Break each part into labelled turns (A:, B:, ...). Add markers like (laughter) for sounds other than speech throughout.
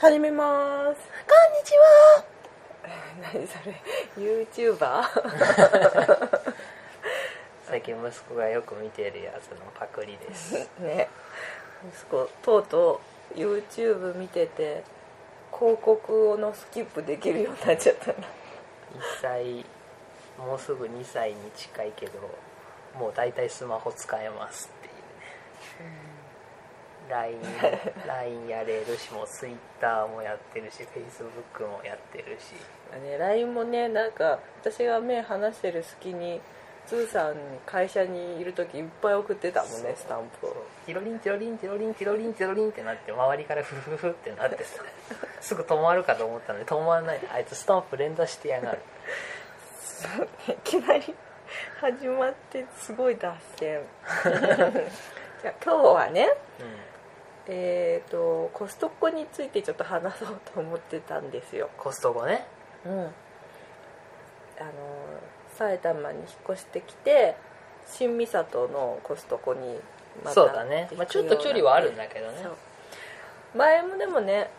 A: 始めます
B: こ
A: 何それ YouTuber?
B: んにちは最近息子がよく見てるやつのパクリです
A: ね息子とうとう YouTube 見てて広告のスキップできるようになっちゃったな
B: 1歳もうすぐ2歳に近いけどもう大体スマホ使えますっ
A: (laughs)
B: ていうね LINE, LINE やれるしもう Twitter もやってるし Facebook もやってるし
A: ね LINE もねなんか私が目離してる隙につーさん会社にいる時いっぱい送ってたもんねスタンプを
B: ティロリンティロリンティロリンティロリンティロリンってなって周りからフフフって
A: (laughs)
B: なってさすぐ止まるかと思ったのに止まらないあいつスタンプ連打してやがる
A: (laughs) いきなり始まってすごい脱線 (laughs) じゃあ今日はね
B: うん
A: えー、とコストコについてちょっと話そうと思ってたんですよ、
B: コストコね
A: うん、あの埼玉に引っ越してきて新三郷のコストコに
B: そうだね、まあ、ちょっと距離はあるんだけどね
A: そう前もでもね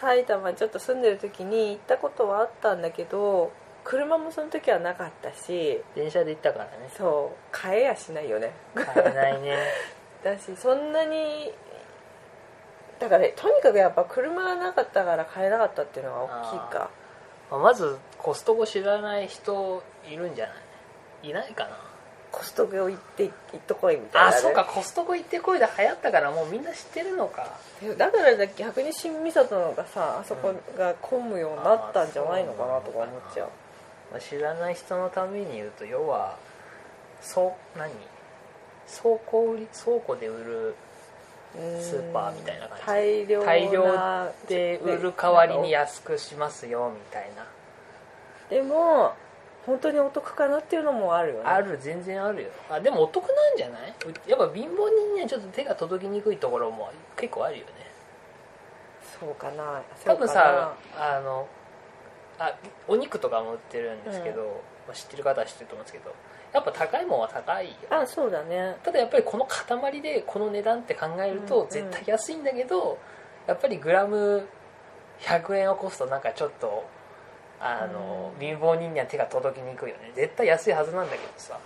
A: 埼玉にちょっと住んでる時に行ったことはあったんだけど車もその時はなかったし
B: 電車で行ったからね
A: そう買えやしないよね
B: 買えな
A: (laughs)
B: いね
A: だしそんなにだからとにかくやっぱ車がなかったから買えなかったっていうのが大きいか
B: まあまずコストコ知らない人いるんじゃないいないかな
A: コストコ行って行っとこいみたいな
B: あ
A: ね
B: そうかコストコ行ってこいで流行ったからもうみんな知ってるのか
A: だからだ逆に新三郷の方がさあそこが混むようになったんじゃないのかなとか思っちゃう
B: まあ知らない人のために言うと要はそう何倉庫売り倉庫で売る
A: うん
B: スーパーみたいな感じ
A: 大量な
B: 大量で売る代わりに安くしますよみたいな
A: でも本当にお得かなっていうのもあるよね
B: ある全然あるよあでもお得なんじゃないうやっぱ貧乏人にはちょっと手が届きにくいところも結構あるよね
A: そうかな
B: 多分
A: そうか
B: さあのあお肉とかも売ってるんですけど、まあ知ってる方は知ってると思うんですけどやっぱ高いもんは高いよ
A: なあそうだね
B: ただやっぱりこの塊でこの値段って考える
A: うんう
B: と
A: ん
B: 絶対安いんだけど、やっぱりグラム100円を超すとなんかちょっとあの、
A: うん
B: 貧乏人には手が届きにくいよね絶対安いはずなんだけどさ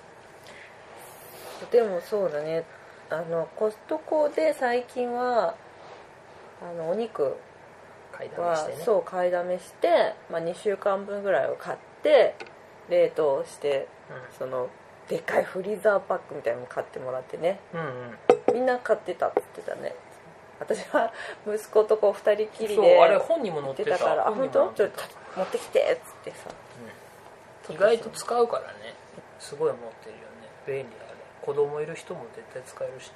A: でもそうだねあのコストコで最近はあのお肉
B: 買いだめし
A: は
B: てね
A: そう買いだめして、まあ、2週間分ぐらいを買って冷凍してそのでっかいフリーザーパックみたいなのも買ってもらってね
B: うん、うんうん
A: みんな買ってたって言ってたね私は息子とこう2人きりで
B: そうあれ
A: 行
B: 本にも載っ
A: って
B: て
A: た
B: た
A: から「あ
B: 本
A: 本
B: にも
A: 当ちょっと持ってきて」っつってさ
B: うん意外と使うからねすごい持ってるよね便利あれ子供いる人も絶対使えるしね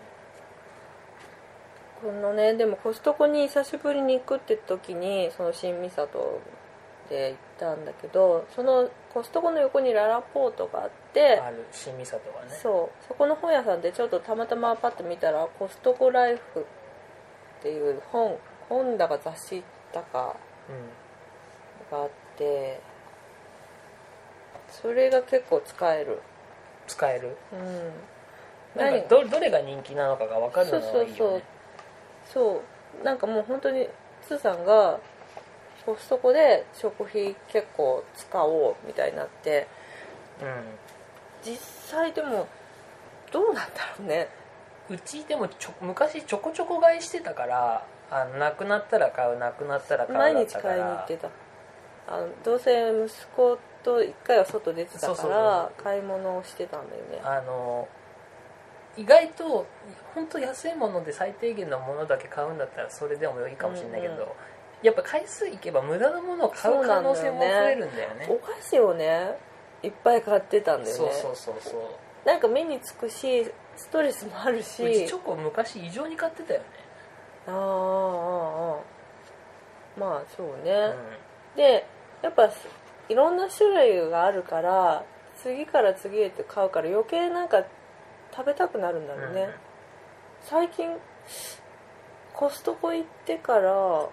A: このねでもコストコに久しぶりに行くって時にその新三郷で行ったんだけどそのコストコの横にララポートがあって
B: ある新三郷はね
A: そうそこの本屋さんでちょっとたまたまパッと見たら「コストコライフ」っていう本本だか雑誌だか
B: う
A: があってそれが結構使える
B: ん使える
A: うん
B: なんかどどれが人気なのかが分かる
A: そ
B: の
A: う
B: がいい
A: そ
B: よ
A: う
B: ね
A: そうそうなんかもう本当につーさんがコストコで食費結構使おうみたいになって実際でもどうなんだろうね
B: うん、うちでもちょ昔ちょこちょこ買いしてたからあのなくなったら買うなくなったら買う
A: 毎
B: だっ
A: 日
B: たか
A: 買いに行
B: ら
A: ってたあのどうせ息子と1回は外出てた
B: そう
A: か
B: そう
A: ら
B: そう
A: 買い物をしてたんだよね
B: あの意外と本当安いもので最低限のものだけ買うんだったらそれでもいいかもしれないけど、
A: うんうん
B: やっぱ回数いけば無駄なものを買う可能性も増えるんだよね
A: お菓子をねいっぱい買ってたんだよね
B: そうそうそうそう
A: なんか目につくしストレスもあるし
B: うちチョコ昔異常に買ってたよね、
A: あーあーあーまあそうね、
B: う
A: でやっぱいろんな種類があるから次から次へって買うから余計なんか食べたくなるんだ
B: ん
A: ろう
B: う
A: ね、
B: ん
A: 最近コストコ行ってから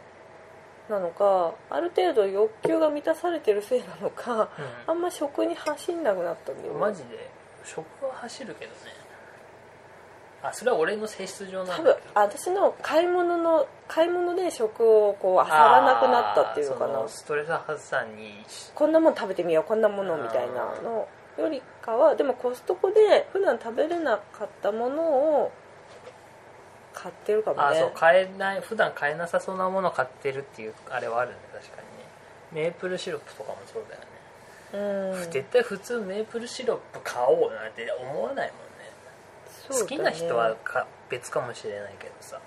A: なのかある程度欲求が満たされてるせいなのかあんま食に走んなくなったんだよ
B: うん
A: ね
B: マジで食は走るけどねあそれは俺の性質上な
A: 多
B: んだ
A: 分
B: けど
A: 私の買い物の買い物で食をこう漁らなくなったっていうのか
B: あーそ
A: な
B: のストレス発散に
A: こんなもん食べてみようこんなものみたいなのよりかはでもコストコで普段食べれなかったものを買ってるかも
B: あ
A: ね
B: そう買えない普段買えなさそうなもの買ってるっていうあれはあるね確かにねメープルシロップとかもそうだよ
A: う
B: ね、
A: ん
B: 絶対普通メープルシロップ買おうなんて思わないもんね
A: そうだね
B: 好きな人はか別かもしれないけどさ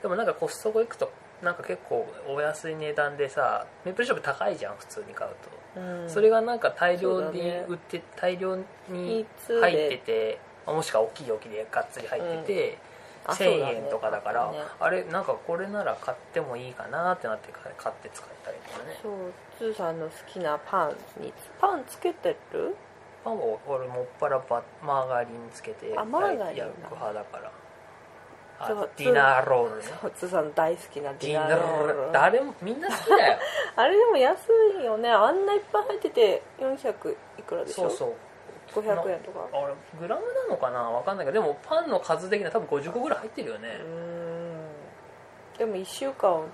B: でもなんかコストコ行くとなんか結構お安い値段でさメープルシロップ高いじゃん普通に買うと、
A: うん
B: それがなんか大
A: そう
B: 量
A: だ
B: に
A: ね
B: 売って、大量に
A: いつで
B: 入っててあもしくは大きい容器でがっつり入ってて、
A: あそうだね
B: 1000円とかだから
A: そうだね
B: あれなんかこれなら買ってもいいかなってなって買買って使ったりとかね
A: そうつーさんの好きなパンにパンつけてる
B: パンは俺もっぱらバマーガリンつけて
A: あマーガリン
B: 焼く派だからあ
A: そう
B: とディナーロールね
A: そうつーさんの大好きな
B: デ
A: ディ
B: ィナ
A: ナ
B: ー
A: ー
B: ロ
A: ロ
B: ー
A: ー
B: ル
A: ル
B: 誰もみんな好き
A: (laughs)
B: だよ
A: あれでも安いよねあんないっぱい入ってて400いくらでし
B: そ
A: ょ
B: うそう
A: 500円とか
B: なあれグラムなのかなわかんないけどでもパンの数的には多分50個ぐらい入ってるよね、
A: うーんでも1週間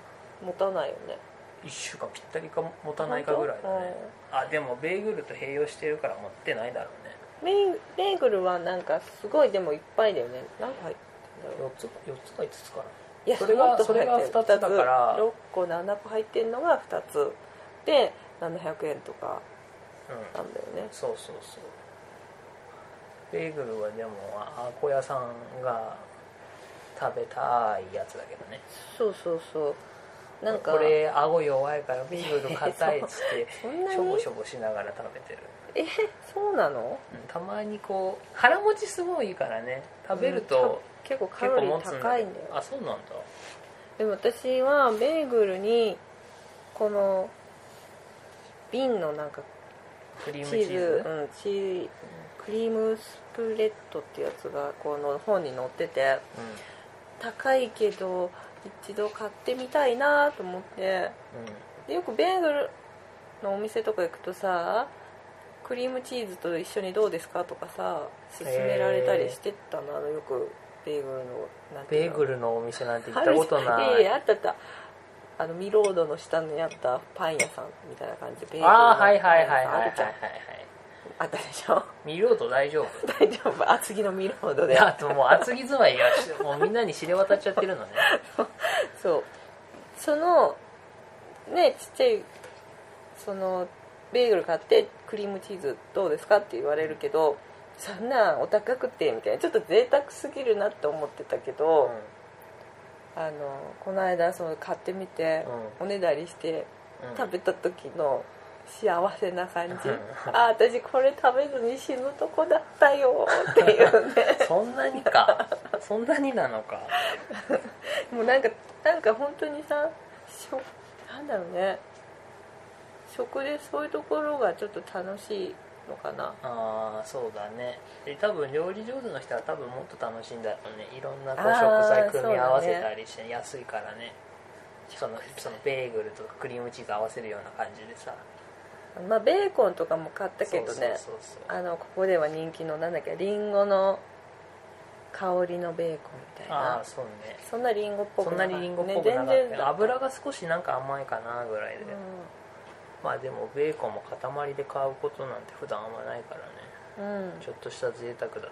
A: 持たないよね
B: 1週間ぴったりか持たないかぐらいだねあでもベーグルと併用してるから持ってないだろうね
A: メインベーグルはなんかすごいでもいっぱいだよね何個入ってんだろう
B: 4つ四つか5つかない
A: や
B: それが
A: もっと入ってる
B: それが二つだから
A: 二つ6個7個入ってるのが2つで700円とか
B: うん
A: なんだよね
B: そうそうそうベーグルはでもああこ屋さんが食べたいやつだけどね
A: そうそうそうなんか
B: これ顎弱いからベーグル硬いっつって
A: (laughs) そんな
B: しょぼ
A: に
B: しょぼしながら食べてる
A: えそうなの
B: うんたまにこう腹持ちすごいいいからね食べると
A: うん結構カ
B: 結
A: ロ
B: 構
A: リ
B: 持
A: ー
B: つん
A: 高
B: だ
A: い
B: け
A: んだよ
B: どあそうなんだ
A: でも私はベーグルにこの瓶のなんか
B: クリーム
A: チ
B: チー
A: ー
B: ズ
A: ズ、うん、チークリームスプレッドってやつがこの本に載ってて
B: う
A: 高いけど一度買ってみたいなと思って
B: んうん
A: でよくベーグルのお店とか行くとさクリームチーズと一緒にどうですかとかさ勧められたりしてたのあのよくベーグルのなんてい
B: ベ
A: う
B: ー
A: の
B: グルのお店なんて行ったこと
A: ある
B: な
A: じゃんいやい
B: い
A: やあったあったあのミロードの下にあったパン屋さんみたいな感じでベーグルの
B: ああはいはいはいはい
A: パン
B: はいは
A: 屋
B: い
A: さんあるじゃんあったでしょ
B: 見ようと大丈
A: (laughs)
B: 夫
A: 大丈夫厚木のミロードで
B: あともう厚木住まいがしもうみんなに知れ渡っちゃってるのね
A: そうそのねちっちゃいそのベーグル買ってクリームチーズどうですかって言われるけどそんなんお高くてみたいなちょっと贅沢すぎるなって思ってたけど、あのこの間その買ってみて、おねだりして
B: うんうん
A: 食べた時の幸せな感じ、
B: うん
A: あ私これ食べずに死ぬとこだったよっていうね
B: そんなにか (laughs) そんなになのか
A: もうなんかなんか本当にさしょなんだろうね食でそういうところがちょっと楽しいのかな
B: ああそうだねで多分料理上手の人は多分もっと楽しいんだろうねいろんなこう
A: あー
B: 食材組
A: そうだ
B: み
A: ね
B: 合わせたりして安いからねそのそのベーグルとクリームチーズ合わせるような感じでさ
A: まあベーコンとかも買ったけどね
B: そうそうそう
A: あのここでは人気のなんだっけリンゴの香りのベーコンみたい
B: あ
A: な
B: あそうね
A: そんなリンゴっぽ
B: そ
A: く
B: ん
A: か
B: な
A: った
B: にリンゴっぽくなかったよ、
A: ね全然
B: 油が少しなんか甘いかなぐらいで、
A: うん
B: まあでもベーコンも塊で買うことなんて普段あんまないからね
A: うん、
B: ちょっとした贅沢だったけ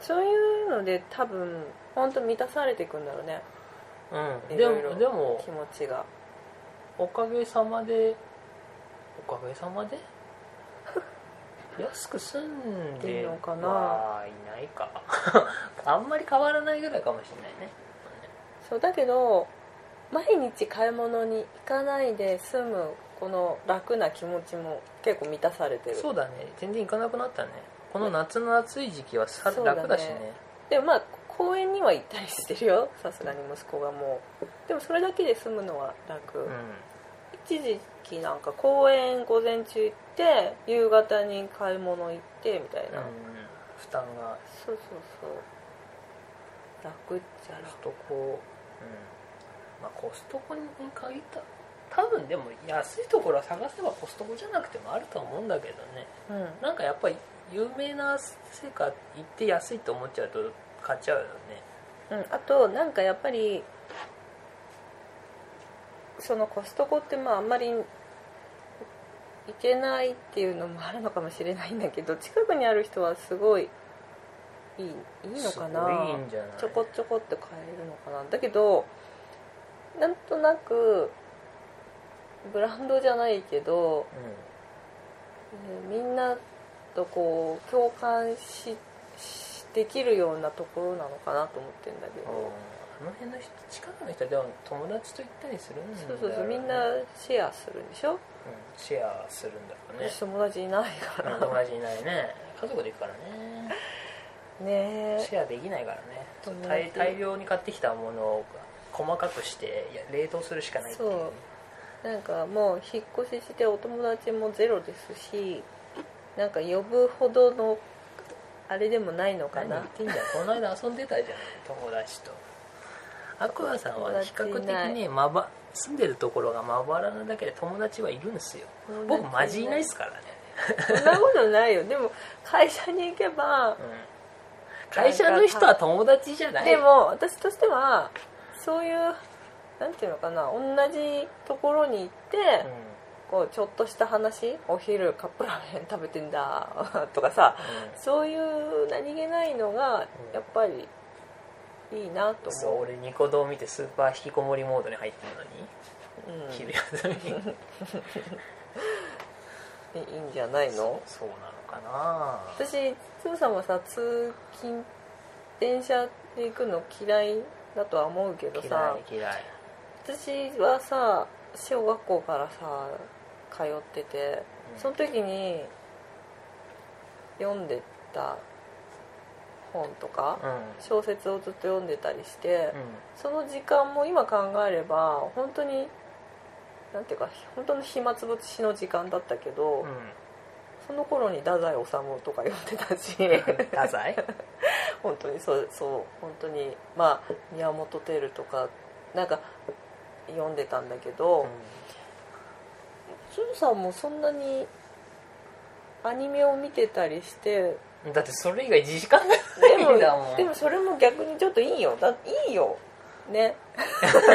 A: そういうので多分本当満たされていくんだろうね
B: どうん
A: い
B: で
A: ろいろ
B: もでも
A: 気持ちが
B: おかげさまでおかげさまで (laughs) 安く住んではいないか (laughs) あんまり変わらないぐらいかもしれないね
A: そうだけど毎日買い物に行かないで済むこの楽な気持ちも結構満たされてる
B: そうだね全然行かなくなったねこの夏の暑い時期はさ
A: そうだね
B: 楽だしね
A: でもまあ公園には行ったりしてるよ (laughs) さすがに息子がもうでもそれだけで済むのは楽、
B: うん
A: 一時期なんか公園午前中行って夕方に買い物行ってみたいな、
B: うん負担が
A: そうそうそう楽っちゃ
B: コス
A: 楽
B: トコ、うんまあ、コストコに限った多分でも安いところは探せばコストコじゃなくてもあるとは思うんだけどね
A: うん
B: なんかやっぱり有名なせいか行って安いと思っちゃうと買っちゃうよね
A: うん、あとなんかやっぱりそのコストコってまああんまり行けないっていうのもあるのかもしれないんだけど近くにある人はすごいいいいいのかな
B: すごいいいんじゃない
A: ちょこちょこって買えるのかなだけどなんとなくブランドじゃないけど
B: う
A: ねみんなとこう共感ししできるようなところなのかなと思ってんだけど。
B: ん、あの辺の人近くの人でも友達と行ったりするんだ
A: そう
B: ろ
A: そうそうみんな
B: うん、
A: シェアするんでしょ、
B: シェアするんだろうね
A: 私友達いないか
B: うん
A: ら
B: 友達いないね家族で行くからね
A: ねえ
B: シェアできないからね
A: 友達
B: 大大量に買ってきたものを細かくしていや冷凍するしかないっていうね
A: そうなんかもう引っ越ししてお友達もゼロですしなんか呼ぶほどのあれでもないのか
B: 何言っ
A: な
B: てんだよこの間遊んでたじゃん友達とアクアさんは比較
A: 友達いない
B: 的ねまば住んでるところがまばらなだけで友達はいるんですよ
A: 友達い
B: 僕
A: ない
B: マジいないですからね、
A: そんなことないよでも会社に行けば
B: うん、会社の人は友達じゃない
A: でも私としてはそういうなんていうのかな同じところに行って、
B: うんうん
A: こうちょっとした話お昼カップラーメン食べてんだとかさそういう何気ないのが
B: うん
A: やっぱりいいなと
B: そう
A: 思う、
B: 俺ニコ動見てスーパー引きこもりモードに入ってるのに、
A: うん、い
B: 昼休
A: (laughs)
B: みに
A: いんじゃないの
B: そうなのかな
A: 私つーさんはさ通勤電車で行くの嫌いだとは思うけどさ
B: 嫌い嫌い
A: 私はさ小学校からさ通ってて
B: うん
A: その時に読んでた本とか
B: うん
A: 小説をずっと読んでたりして、
B: うん
A: その時間も今考えれば本当になんていうか本当の暇つぶしの時間だったけど、
B: う
A: その頃に太宰治とか読んでた
B: (laughs)
A: し
B: ん太宰
A: 本当にそうそう本当にまあ宮本照とかなんか読んでたんだけど、鶴さんもそんなにアニメを見てたりして
B: うんだってそれ以外時間が
A: で
B: ないんだも
A: も
B: ん
A: でもそれも逆にちょっといいよだいいよ
B: (laughs)
A: ね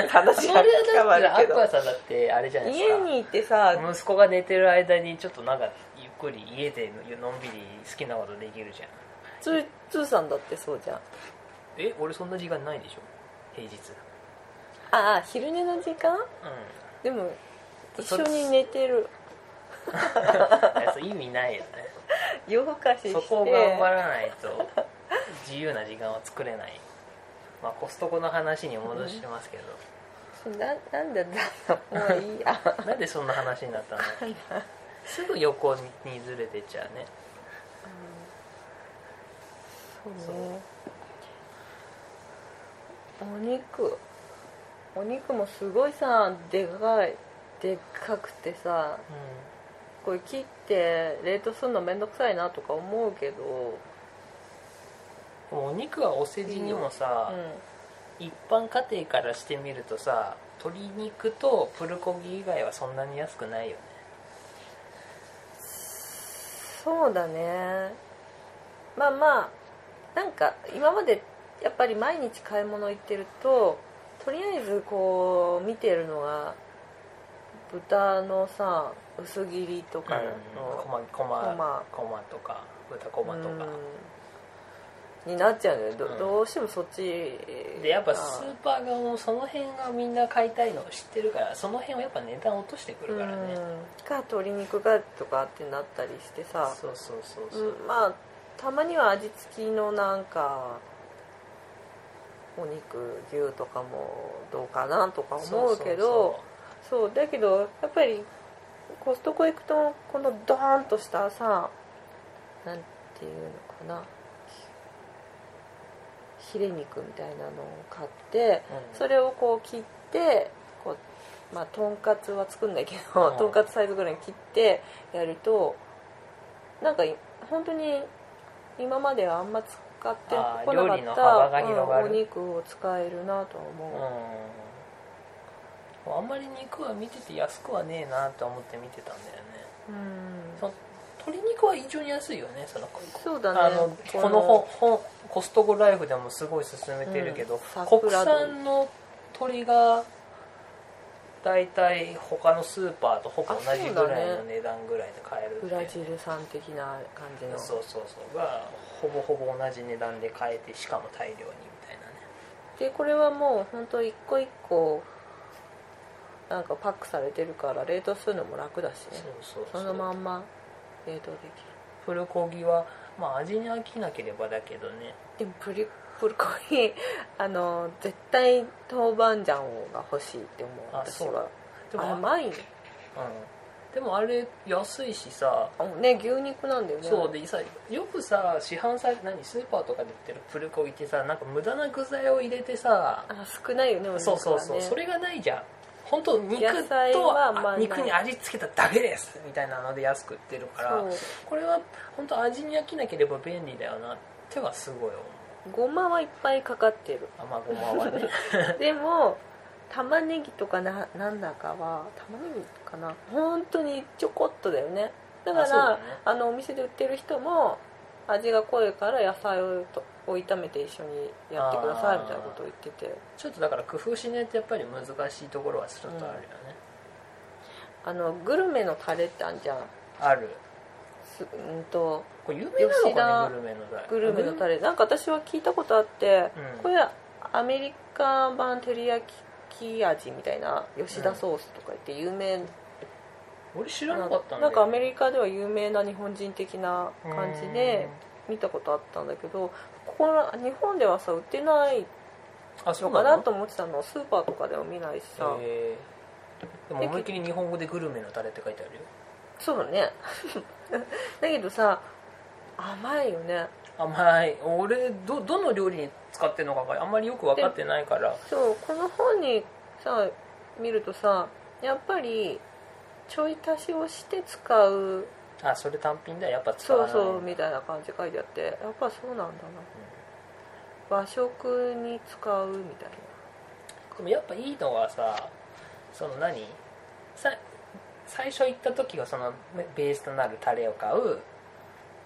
A: 話
B: それ
A: が変わ
B: だっ
A: る
B: てア
A: けど
B: クアさんだってあれじゃないですか
A: 家にいてさ
B: 息子が寝てる間にちょっとなんかゆっくり家でのんびり好きなことできるじゃん
A: つーつーさんだってそうじゃん
B: え俺そんな時間ないでしょ平日
A: ああ昼寝の時間
B: う
A: でも一
B: そ
A: 緒
B: れ
A: に寝てる
B: んいやそう意味ないよね
A: 夜更かしして
B: そこを頑張らないと自由な時間は作れないまあコストコの話に戻しますけど、
A: ななんだだもういいや
B: なんでそんな話になったのすぐ横にずれてっちゃうね
A: そうねお肉お肉もすごいさでかいでっかくてさこれ切って冷凍するのめんどくさいなとか思うけど、
B: でもお肉はお世辞にもさ、
A: う
B: 一般家庭からしてみるとさ鶏肉とプルコギ以外はそんなに安くないよ
A: ん、
B: ね
A: そうだねまあまあなんか今までやっぱり毎日買い物行ってるととりあえずこう見てるのが豚のさ薄切りとかの、
B: こまこま
A: ま
B: こまとか豚こまとか、
A: うんになっちゃうんだよど,、
B: うん
A: どうしてもそっち
B: でやっぱ
A: が
B: スーパー側もその辺がみんな買いたいのを知ってるからその辺はやっぱ値段落としてくるからね、
A: うんか鶏肉がとかってなったりしてさ
B: そうそうそうそう、
A: うん、まあたまには味付きのなんかお肉牛とかもどうかなとか思うけどそうだけどやっぱりコストコ行くとこのドーンとしたさなんていうのかなひヒレ肉みたいなのを買って
B: うん
A: それをこう切ってこう、まあ、とんかつは作んないけど、
B: うん
A: とんかつサイズぐらいに切ってやるとなんかい本当に今まではあんま使って
B: あー
A: こな
B: 料
A: か
B: 理の
A: っ
B: 幅
A: た
B: が広がる
A: うんお肉を使えるなとは思
B: うんあんまり肉は見てて安くはねえなと思って見てたんだよね
A: う、うん
B: その鶏肉は異常に安いよねその
A: そうだね
B: あのこの本本コストコライフでもすごい勧めてるけど、
A: うん
B: 国産の鶏が大体他のスーパーとほぼ同じぐらいの値段ぐらいで買える
A: ブラジル産的な感じの
B: そうそうそうがほぼほぼ同じ値段で買えてしかも大量にみたいなね
A: でこれはもう本当一個一個なんかパックされてるから冷凍するのも楽だしね
B: そうそう
A: そ
B: そう
A: のまんま冷凍できる
B: プルコギはまあ味に飽きなければだけどね
A: でもプリプルコギ (laughs) あの絶対豆板醤が欲しいって思う
B: あ
A: 私
B: そう
A: は
B: でもあ
A: 甘い
B: うん、でもあれ安いしさ
A: あね牛肉なんだよね
B: そうでさよくさ市販さ何スーパーとかで売ってるプルコギってさなんか無駄な具材を入れてさ、
A: あ少ないよねお肉はね
B: そうそうそうそれがないじゃん本当肉と
A: 野菜はまあない
B: 肉に味付けただけですみたいなので安く売ってるから
A: そう
B: これは本当味に飽きなければ便利だよなってはすごい思う
A: ごまはいっぱいかかって
B: (laughs)
A: る
B: 甘ごまは
A: (laughs)
B: ね
A: でも玉ねぎとかななんだかは玉ねぎかな本当にちょこっとだよねだか
B: あそう
A: ら
B: だ
A: あ、
B: ね
A: のお店で売ってる人も味が濃いから野菜をとを炒めて一緒にやってくださいみたいなことを言ってて
B: ちょっとだから工夫しないとやっぱり難しいところはちょっとあるよね、
A: あのグルメのタレってあんじゃん
B: ある
A: すうんと
B: これ有名なのかねグルメのタレ
A: グルメのタ
B: レ
A: レなんか私は聞いたことあって、
B: うん
A: これアメリカ版照り焼き味みたいな吉田ソースとか言って有名
B: 俺知らなかったんだよ
A: なんかアメリカでは有名な日本人的な感じで見たことあったんだけどここら日本ではさ売ってない
B: あそ
A: の
B: う
A: か
B: か
A: な
B: な
A: と思ってたのスーパーとかでは見ないしさ、
B: えーでも思いっきり日本語でグルメのタレって書いてあるよ
A: そうだね (laughs) だけどさ甘いよね
B: 甘い俺どどの料理に使ってるのかがあんまりよく分かってないから
A: そうこの本にさ見るとさやっぱりちょい足しをして使う
B: あそれ単品だやっぱ使わ
A: そう
B: ない
A: そうみたいな感じ書いてあってやっぱそうなんだな和食に使うみたいな
B: でもやっぱいいのはさその何さ最初行った時はそのベースとなるタレを買う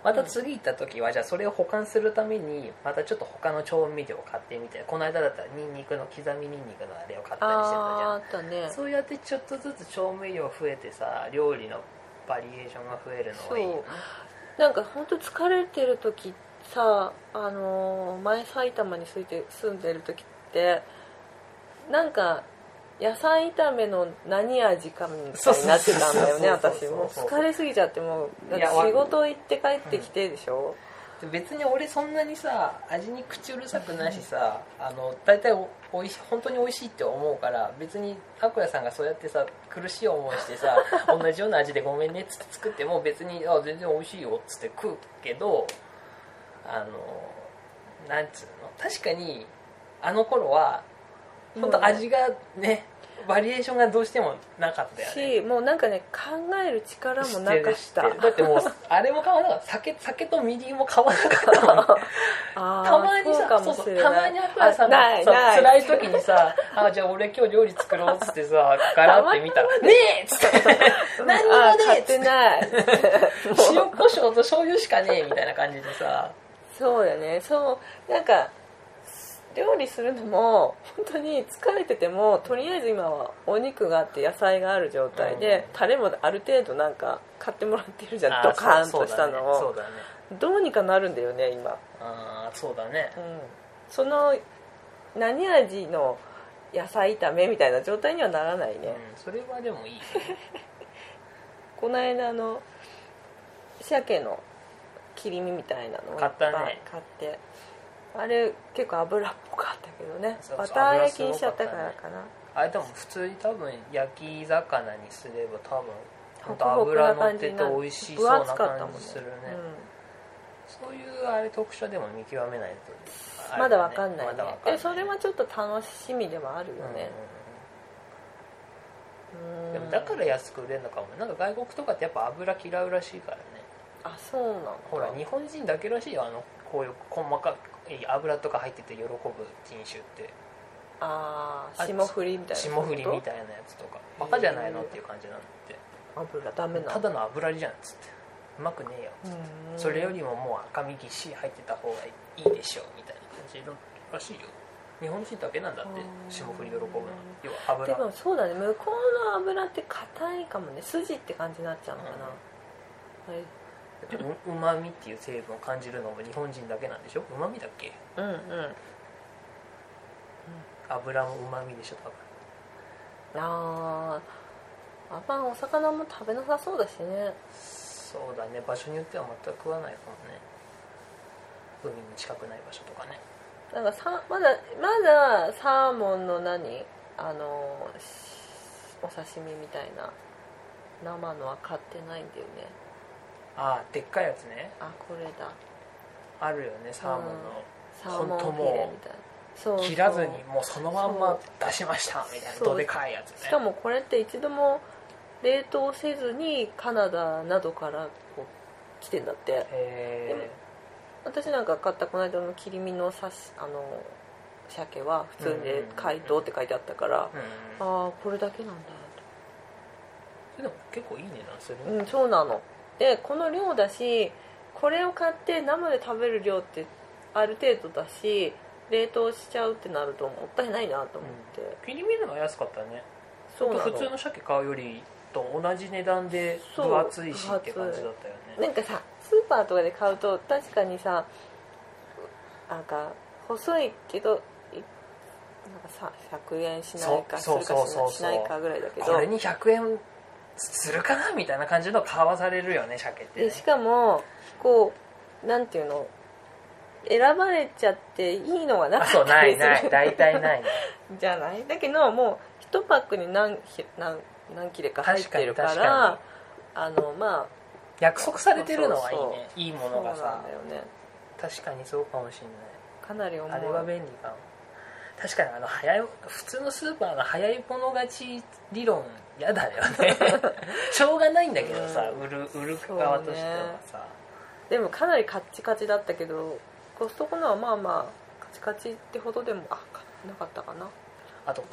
B: また次行った時はじゃあそれを保管するためにまたちょっと他の調味料を買ってみてこの間だったらニンニクの刻みニンニクのあれを買ったりしてたじゃん
A: あーあったね
B: そうやってちょっとずつ調味料増えてさ料理のバリエーションが増えるのがいいよね
A: そうなんか本当疲れてる時さあのー前埼玉に住いて住んでる時ってなんか野菜炒めの何味かみたいになってたんだよね
B: そうそう
A: 私
B: そうそう
A: もう疲れすぎちゃってもうだっ
B: い
A: て
B: やわ
A: 仕事行って帰ってきてでしょ、
B: で別に俺そんなにさ味に口うるさくないしさあの大体おおいし本当に美味しいって思うから別に拓哉さんがそうやってさ苦しい思いして
A: (laughs)
B: さ同じような味でごめんねっつって作っても別にあ全然美味しいよっつって食うけどあのなんつうの確かにあの頃は本当味がね、バリエーションがどうしてもなかったよ
A: し
B: ね
A: もうなんかね考える力もなかっ
B: 知って
A: た
B: る知ってるだってもうあれも買わなかった酒酒とみりんも買わなかった
A: (laughs)
B: もんね
A: あー
B: たまに
A: そう
B: さ
A: か
B: そ
A: も
B: う
A: し
B: そ
A: れ
B: う
A: ない
B: たまにあくやさんが
A: あない
B: そう
A: ない
B: 辛い時にさ (laughs) 「あじゃあ俺今日料理作ろう」っつってさガラって
A: (laughs)
B: 見たら「ねえ!」っつって「何
A: あー
B: もねえ!」
A: 買っ
B: っつってて
A: ない
B: 「塩コショウと醤油しかねえ」みたいな感じでさ
A: そうだねそうなんか料理するのも本当に疲れててもとりあえず今はお肉があって野菜がある状態で、
B: う
A: タレもある程度なんか買ってもらってるじゃん
B: あ
A: ド
B: ー
A: カーン
B: そ
A: と
B: う
A: したのを、
B: そうだね
A: どうにかなるんだよね今、
B: ああーそうだね
A: うん、その何味の野菜炒めみたいな状態にはならないね、
B: うんそれはでもいいね
A: この間あの鮭の切り身みたいなのをいっぱ
B: 買
A: い
B: ったね
A: 買ってあれ結構油っぽかったけどね
B: そうそ
A: バ
B: う
A: ター焼きにしちゃったからかな
B: あれでも普通に多分焼き魚にすれば多分ほんと
A: ホクホクな
B: 油乗っ
A: 感じ
B: て
A: に
B: て
A: なる
B: 美味しそうな
A: 分厚かった
B: 感
A: もんね
B: じするねそういうあれ特徴でも見極めないと
A: うん、
B: あれだね
A: まだわかんないね
B: まだわかんない
A: でそれはちょっと楽しみでもあるよね、う
B: うん
A: ん
B: でもだから安く売れるのかもなんか外国とかってやっぱ油嫌うらしいからね
A: あそうなの
B: ほら日本人だけらしいよあのこういう細かい油とか入ってて喜ぶ品種って
A: ああ
B: あ
A: 霜降りみたいな
B: 霜降りみた
A: い
B: いなやつとかバカじゃないのっていう感じなんだって
A: 油ダメな
B: た
A: の
B: だの油じゃんっつってうまくねえよ
A: うん
B: それよりももう赤身ぎっしり入ってた方がいいでしょうみたいな感じのらしいよ日本人だけなんだって
A: うん
B: 霜降り喜ぶの要は
A: で
B: 油
A: もそうだね向こうの油って硬いかもね筋って感じになっちゃうのかな、はい
B: うんうまみっていう成分を感じるのも日本人だけなんでしょうまみだっけ
A: うんうん
B: 油もうまみでしょ多分
A: あーあんまお魚も食べなさそうだしね
B: そうだね場所によっては全く食わないかもね海に近くない場所とかね
A: なんかさまだまだサーモンの何あのしお刺身みたいな生のは買ってないんだよね
B: ああでっかいやつね
A: あこれだ
B: あるよねサーモンの
A: サーモンフ
B: ほん
A: ィ
B: ともう
A: レみたいなそうそう
B: 切らずにもうそのまんま出しましたみたいな
A: そう
B: どでかいやつね
A: しかもこれって一度も冷凍せずにカナダなどからこう来てんだって
B: へ
A: 私なんか買ったこの間の切り身の刺しあの鮭は普通で解凍って書いてあったから、
B: えうん
A: あ
B: そ
A: あこれだけなんだ
B: れでも結構いい値段する
A: とうんそうなのでこの量だしこれを買って生で食べる量ってある程度だし冷凍しちゃうってなるともったいないなと思って、
B: 切り身のが安かったね
A: そうなの
B: 普通の鮭買うよりと同じ値段で
A: そう
B: 分厚いしって感じだったよね
A: なんかさスーパーとかで買うと確かにさなんか細いけどいなんかさ100円しないかす
B: そう
A: るかし
B: そうそうそ
A: な
B: う
A: しないかぐらいだけ
B: こ
A: ど
B: れに100円するかなみたいな感じの買わされるよね鮭ってね、
A: でしかもこうなんていうの選ばれちゃっていいのがな
B: あ
A: か
B: そう
A: った
B: な
A: り
B: い
A: す
B: ない (laughs)
A: る
B: 大体ないね
A: (laughs) じゃないだけどもう1パックに何ひ何何切れか入ってるから
B: 確か
A: あのまあ
B: 約束されてるのはいい
A: そ
B: ね
A: うそう
B: いいも
A: そ
B: の
A: うな
B: が
A: ん
B: さ
A: だよね
B: 確かにそうかもしれ
A: かなり重い
B: ないあれは便利かも確かにあの早い普通のスーパーの早い者勝ち理論嫌だよ
A: (laughs)
B: ねしょうがないんだけどさ、
A: う
B: 売る売る側としてはさ、
A: でもかなりカッチカチだったけどコストコのはまあまあカチカチってほどでもあかなかったかな
B: あと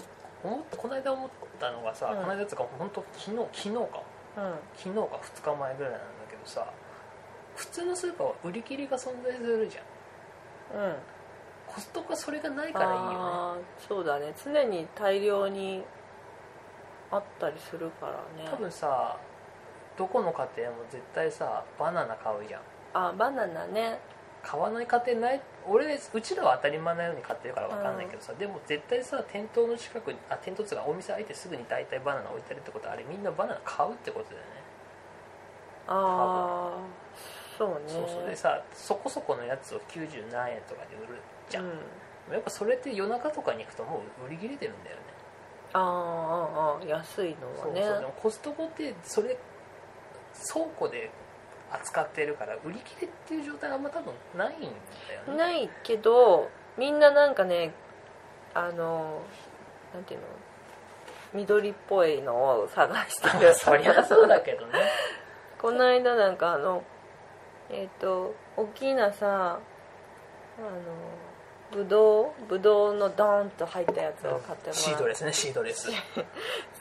B: 思っこの間思ったのがさ、
A: うん
B: この間つうか本当昨日昨日か
A: うん
B: 昨日か2日前ぐらいなんだけどさ普通のスーパーは売り切りが存在するじゃん
A: うん
B: コストコはそれがない
A: だ
B: からいいよね
A: あーそうだね常に大量にあったりするからね
B: 多分さどこの家庭も絶対さバナナ買うじゃん
A: あバナナね
B: 買わない家庭ない俺うちらは当たり前のように買ってるから分かんないけどさ、でも絶対さ店頭の近くにあ店頭っつうかお店開いてすぐに大体バナナ置いてあるってことはあれみんなバナナ買うってことだよね
A: ああそうね
B: そうそうでさそこそこのやつを90何円とかで売るじゃん、
A: うん、
B: やっぱそれって夜中とかに行くともう売り切れてるんだよね
A: あーあーあー安いのは
B: そう
A: ね
B: そうでもコストコってそれ倉庫で扱ってるから売り切れっていう状態あんま多分ないんだよね
A: ないけどみんななんかねあのなんていうの緑っぽいのを探して
B: まあ
A: る
B: (laughs) そりゃそうだけどね
A: この間なんかあのえっ、と大きなさあのぶどうぶどうのドーンと入ったやつを買ってもらって
B: シードレスねシードレス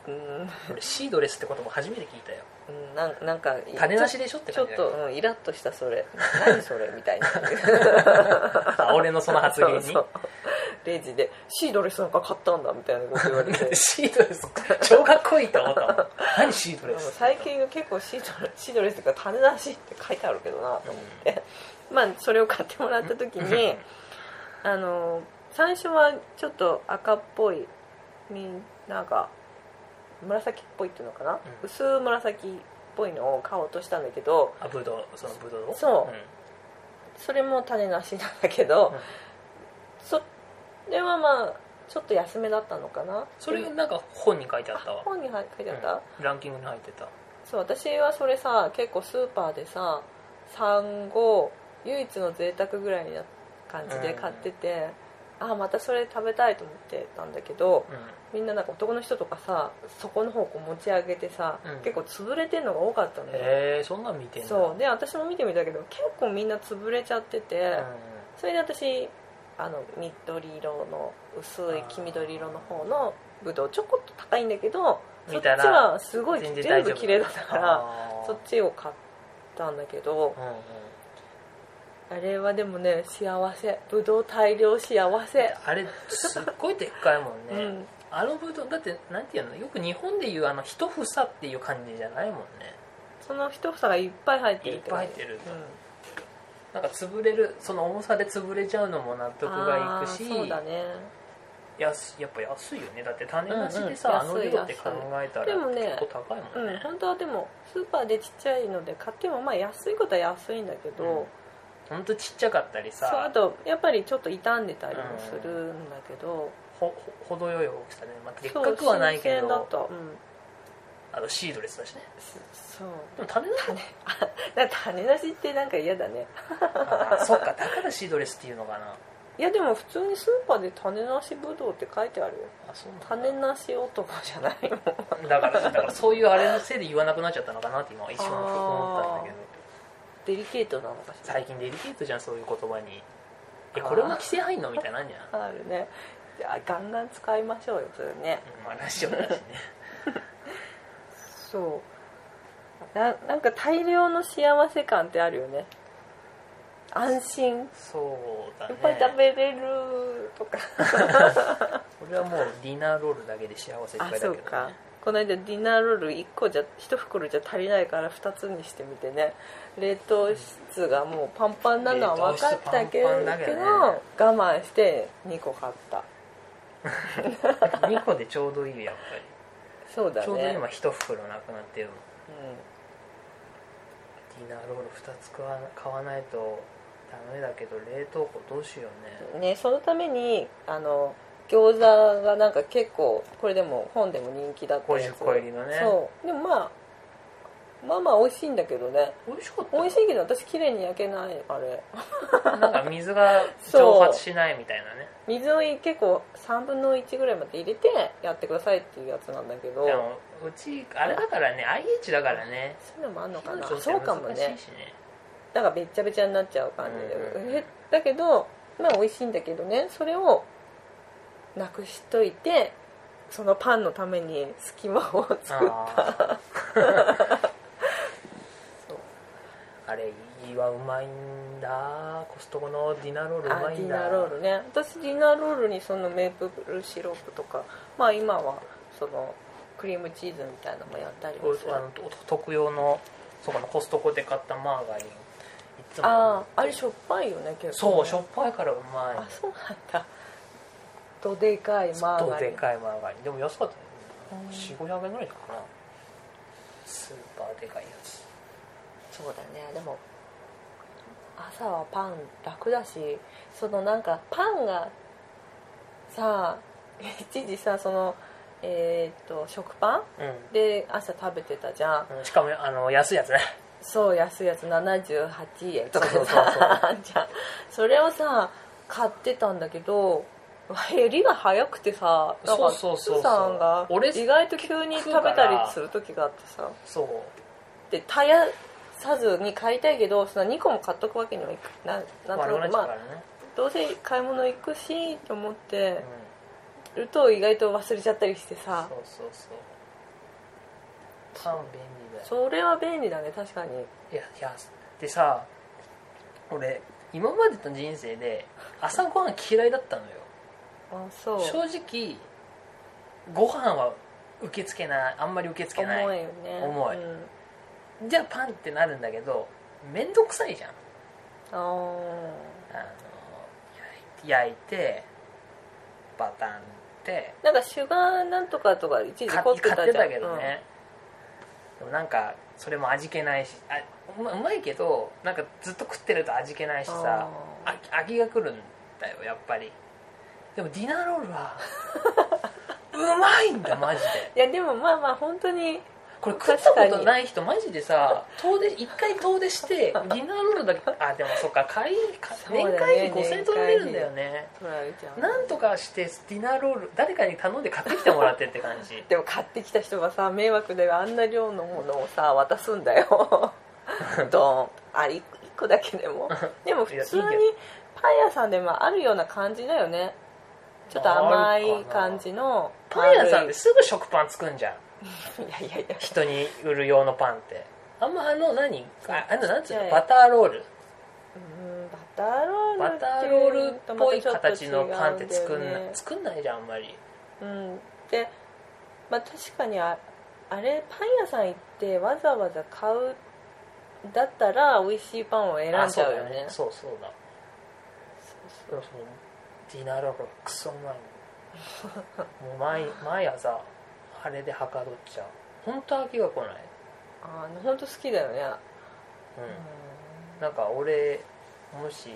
A: うん
B: 俺シードレスって言葉初めて聞いたよ
A: うんなんなんか
B: 種なし
A: で
B: でしょって
A: ちょ
B: 感
A: っ
B: じだ
A: と
B: よ、
A: うん、イラッとしたそ
B: (laughs)
A: れ何それみたいな
B: あ俺のその発言に
A: そうそうレジで「シードレスなんか買ったんだ」みたいなこと言われて
B: (laughs) シードレス超かっこいいと思ったもん
A: (laughs)
B: 何シード
A: で
B: レ
A: も
B: ス
A: 最近結構シードレシードレスとか種なしって書いてあるけどなと思って、まあそれを買ってもらった時にあの最初はちょっと赤っぽいみんなが紫っぽいっていうのかな、
B: うん
A: 薄紫っぽいのを買おうとしたんだけど
B: あブドウそのブドウ
A: そう
B: うん
A: それも種なしなんだけど、
B: うん
A: それはまあちょっと安めだったのかな
B: それなんか本に書いてあ
A: あ
B: ったわ
A: 本に入書いてあった、
B: うんランキングに入ってた
A: そう私はそれさ結構スーパーでさ産後唯一の贅沢ぐらいな感じで買ってて、あまたそれ食べたいと思ってたんだけど
B: う
A: みんななんか男の人とかさそこの方向持ち上げてさ、
B: うん
A: 結構潰れてんのが多かったの
B: ん
A: よ、
B: へえそんなん見てんだ
A: そうで私も見てみたけど結構みんな潰れちゃってて、
B: う
A: それで私あの緑色の薄い黄緑色の方のぶどうちょこっと高いんだけどそっ
B: 見
A: ち
B: たら
A: はすごい
B: ん全然
A: 全
B: 大丈
A: 部
B: 夫
A: 綺麗だったから
B: あー
A: そっちを買ったんだけど
B: うんうん
A: あれはでもね幸せぶどう大量幸せ
B: あれすっごいでっかいもん
A: う
B: ね、
A: ん
B: あのブドウだってなんていうのよく日本でいうあの一房っていう感じじゃないもんね
A: その一房がいっぱい入ってる
B: いっぱい入ってるなんか潰れるその重さで潰れちゃうのも納
A: う
B: 得
A: ん、
B: がいく
A: あ
B: し
A: ーそうだね
B: やすやっぱ安いよねだって種なしで
A: うん
B: さ、
A: うん
B: あの量って
A: 安い
B: 考えたら
A: でもね
B: 結構高いもん
A: うん
B: ね、
A: 本当はでもスーパーでちっちゃいので買ってもまあ安いことは安いんだけど、
B: うんほんとちっちゃかったり
A: そうあ
B: さ
A: とやっぱりちょっと傷んでたりもするんだけど、
B: ほほ程よい大きさね、まあ、でっ
A: そう
B: かくはないけ
A: 新鮮だっ
B: ど
A: た、うん、
B: あとシードレスだしね
A: そそう
B: でも種だよね
A: だから種なしってなんか嫌だね
B: あーそっかだからシードレスっていうのかない
A: やでも普通にスーパーで種なしぶどうって書いてあるよ
B: あそうなんだ
A: 種なし男じゃないもん
B: だからだからそういうあれのせいで言わなくなっちゃったのかなって今は一瞬思ったんだけど
A: (laughs) デリケートなのかしら
B: 最近デリケートじゃんそういう言葉にえこれも規制入んのみたいなんじゃん、うん
A: あるねじゃあガンガン使いましょうよそれね
B: まあ、ラジオだしね
A: そうななんか大量の幸せ感ってあるよね安心いっ
B: そうだね
A: ぱい食べれるとか、
B: これはもうディナーロールだけで幸せいっぱい
A: あ
B: だけ
A: そ
B: ど、
A: う
B: ね、
A: かこの間ディナーロール1個じゃ1袋じゃ足りないから2つにしてみてね冷凍室がもうパンパンなのは分かったけど
B: 冷凍室パンパンだけどね
A: 我慢して2個買った
B: 2個でちょうどいいよやっぱり、
A: そうだね
B: ちょうど今1袋なくなってるもん
A: うん
B: ディナーロール2つ買わ買わないとダメだけど冷凍庫どうしようね
A: ね、そのためにあの餃子がなんか結構これでも本でも人気だったやつ
B: 50個入りのね
A: そうでもまあまあまあ美味しいんだけどね
B: 美味しかった
A: 美味しいけど私綺麗に焼けないあれ
B: なんか水が
A: そう
B: 蒸発しないみたいなね
A: 水を結構3分の1ぐらいまで入れてやってくださいっていうやつなんだけど
B: でもうちあれだからね IH だからね
A: そういうのもあんのかな
B: 火の調整
A: そうかも
B: 難しい
A: ね
B: しね
A: なんかべっちゃべちゃになっちゃう感じで、
B: うん
A: えだけどまあ美味しいんだけどねそれをなくしといてそのパンのために隙間を作っ
B: あーそうあれいいわうまいんだコストコのディナーロールう
A: あ
B: ま
A: デ
B: い
A: ィ
B: ん
A: ナ
B: だ
A: ーロールね私ディナーロールにそのメープルシロップとかまあ今はそのクリームチーズみたいなのもやったり
B: こ
A: も
B: う
A: す
B: あ
A: る
B: のと特用のそうかなコストコで買ったマーガリンいつも
A: あああれしょっぱいよね結構ね
B: そうしょっぱいからうまい
A: あそうなんだどでかいマーガ
B: と
A: リ
B: で
A: ン
B: かいマーガリンでも安かったね
A: うん
B: 4500円ぐらいかなスーパーでかいやつ
A: そうだねでも朝はパン楽だしそのなんかパンがさ一時さそのえーっと食パン
B: う
A: で朝食べてたじゃん
B: んしかもあの安いやつね
A: そう安いやつ78円とか
B: そうそうそうそう
A: さ (laughs) じゃあそれをさ買ってたんだけど減りが早くてさなんか
B: そうそうそうそう
A: つさんが
B: 俺
A: 意外と急に食べたりする時があってさ
B: そう
A: で絶やさずに買いたいけどその2個も買っとくわけにはいくななんと
B: 悪くな
A: な
B: っ
A: く
B: ち
A: ま
B: ゃうか
A: あ
B: らね、
A: どうせ買い物行くしと思って
B: うん
A: ると意外と忘れちゃったりしてさ
B: そうそうそうパン便利だよ
A: それは便利だね確かに
B: いやいやでさ俺今までの人生で朝ごはん嫌いだったのよ
A: あそう
B: 正直ご飯は受け付けないあんまり受け付けな
A: 重
B: い
A: いよね
B: 重い
A: うん
B: じゃあパンってなるんだけど面倒くさいじゃん
A: あー
B: あの焼い焼いてバタンって
A: なんかシュガーなんとかとか一時
B: か
A: 凝ってた
B: 買って
A: じゃん
B: たけどね、でもなんかそれも味気ないしあうまうまいけどなんかずっと食ってると味気ないしさ
A: あー
B: 飽き飽きが来るんだよやっぱりでもディナーロー
A: (laughs)
B: ルはうまいんだマジで
A: いやでもまあまあ本当に
B: これ食ったことない人マジでさ遠出一回遠出してディナーロールだけあでもそっか会か
A: そうだ
B: 年
A: ね
B: 会費5000円取られるんだよね
A: 取られちゃう
B: なんとかしてディナーロール誰かに頼んで買ってきてもらってって感じ
A: でも買ってきた人がさ迷惑だよあんな量のものをさ渡すんだ
B: (laughs)
A: よドンあ1個だけでもでも普通に
B: いやいい
A: パン屋さんでもあるような感じだよねちょっと甘
B: ある
A: い
B: かな
A: 感じの
B: パン屋さんって
A: す
B: すぐ食パン作んじゃん
A: いやいやいや
B: 人に売る用のパンってあんまあの何ああのなんつう
A: ちっちゃ
B: の
A: い
B: バターロール
A: うんバターロール
B: バターロールっぽい形のパンって
A: ていうと
B: 作
A: またちょと違うん
B: んな
A: だよね
B: 作んないじゃんあんまり
A: うん、で、まあ、確かにああれパン屋さん行ってわざわざ買うだったら美味しいパンを選ん
B: あ
A: じ
B: そう
A: ゃう
B: だ
A: よね
B: そうそうだそうそうディナーロールがクソう
A: (laughs)
B: まいのもう毎毎朝あれではかどっちゃう本当飽きが来ない
A: あ本当好きだよね、
B: うん、
A: うん
B: なんか俺もし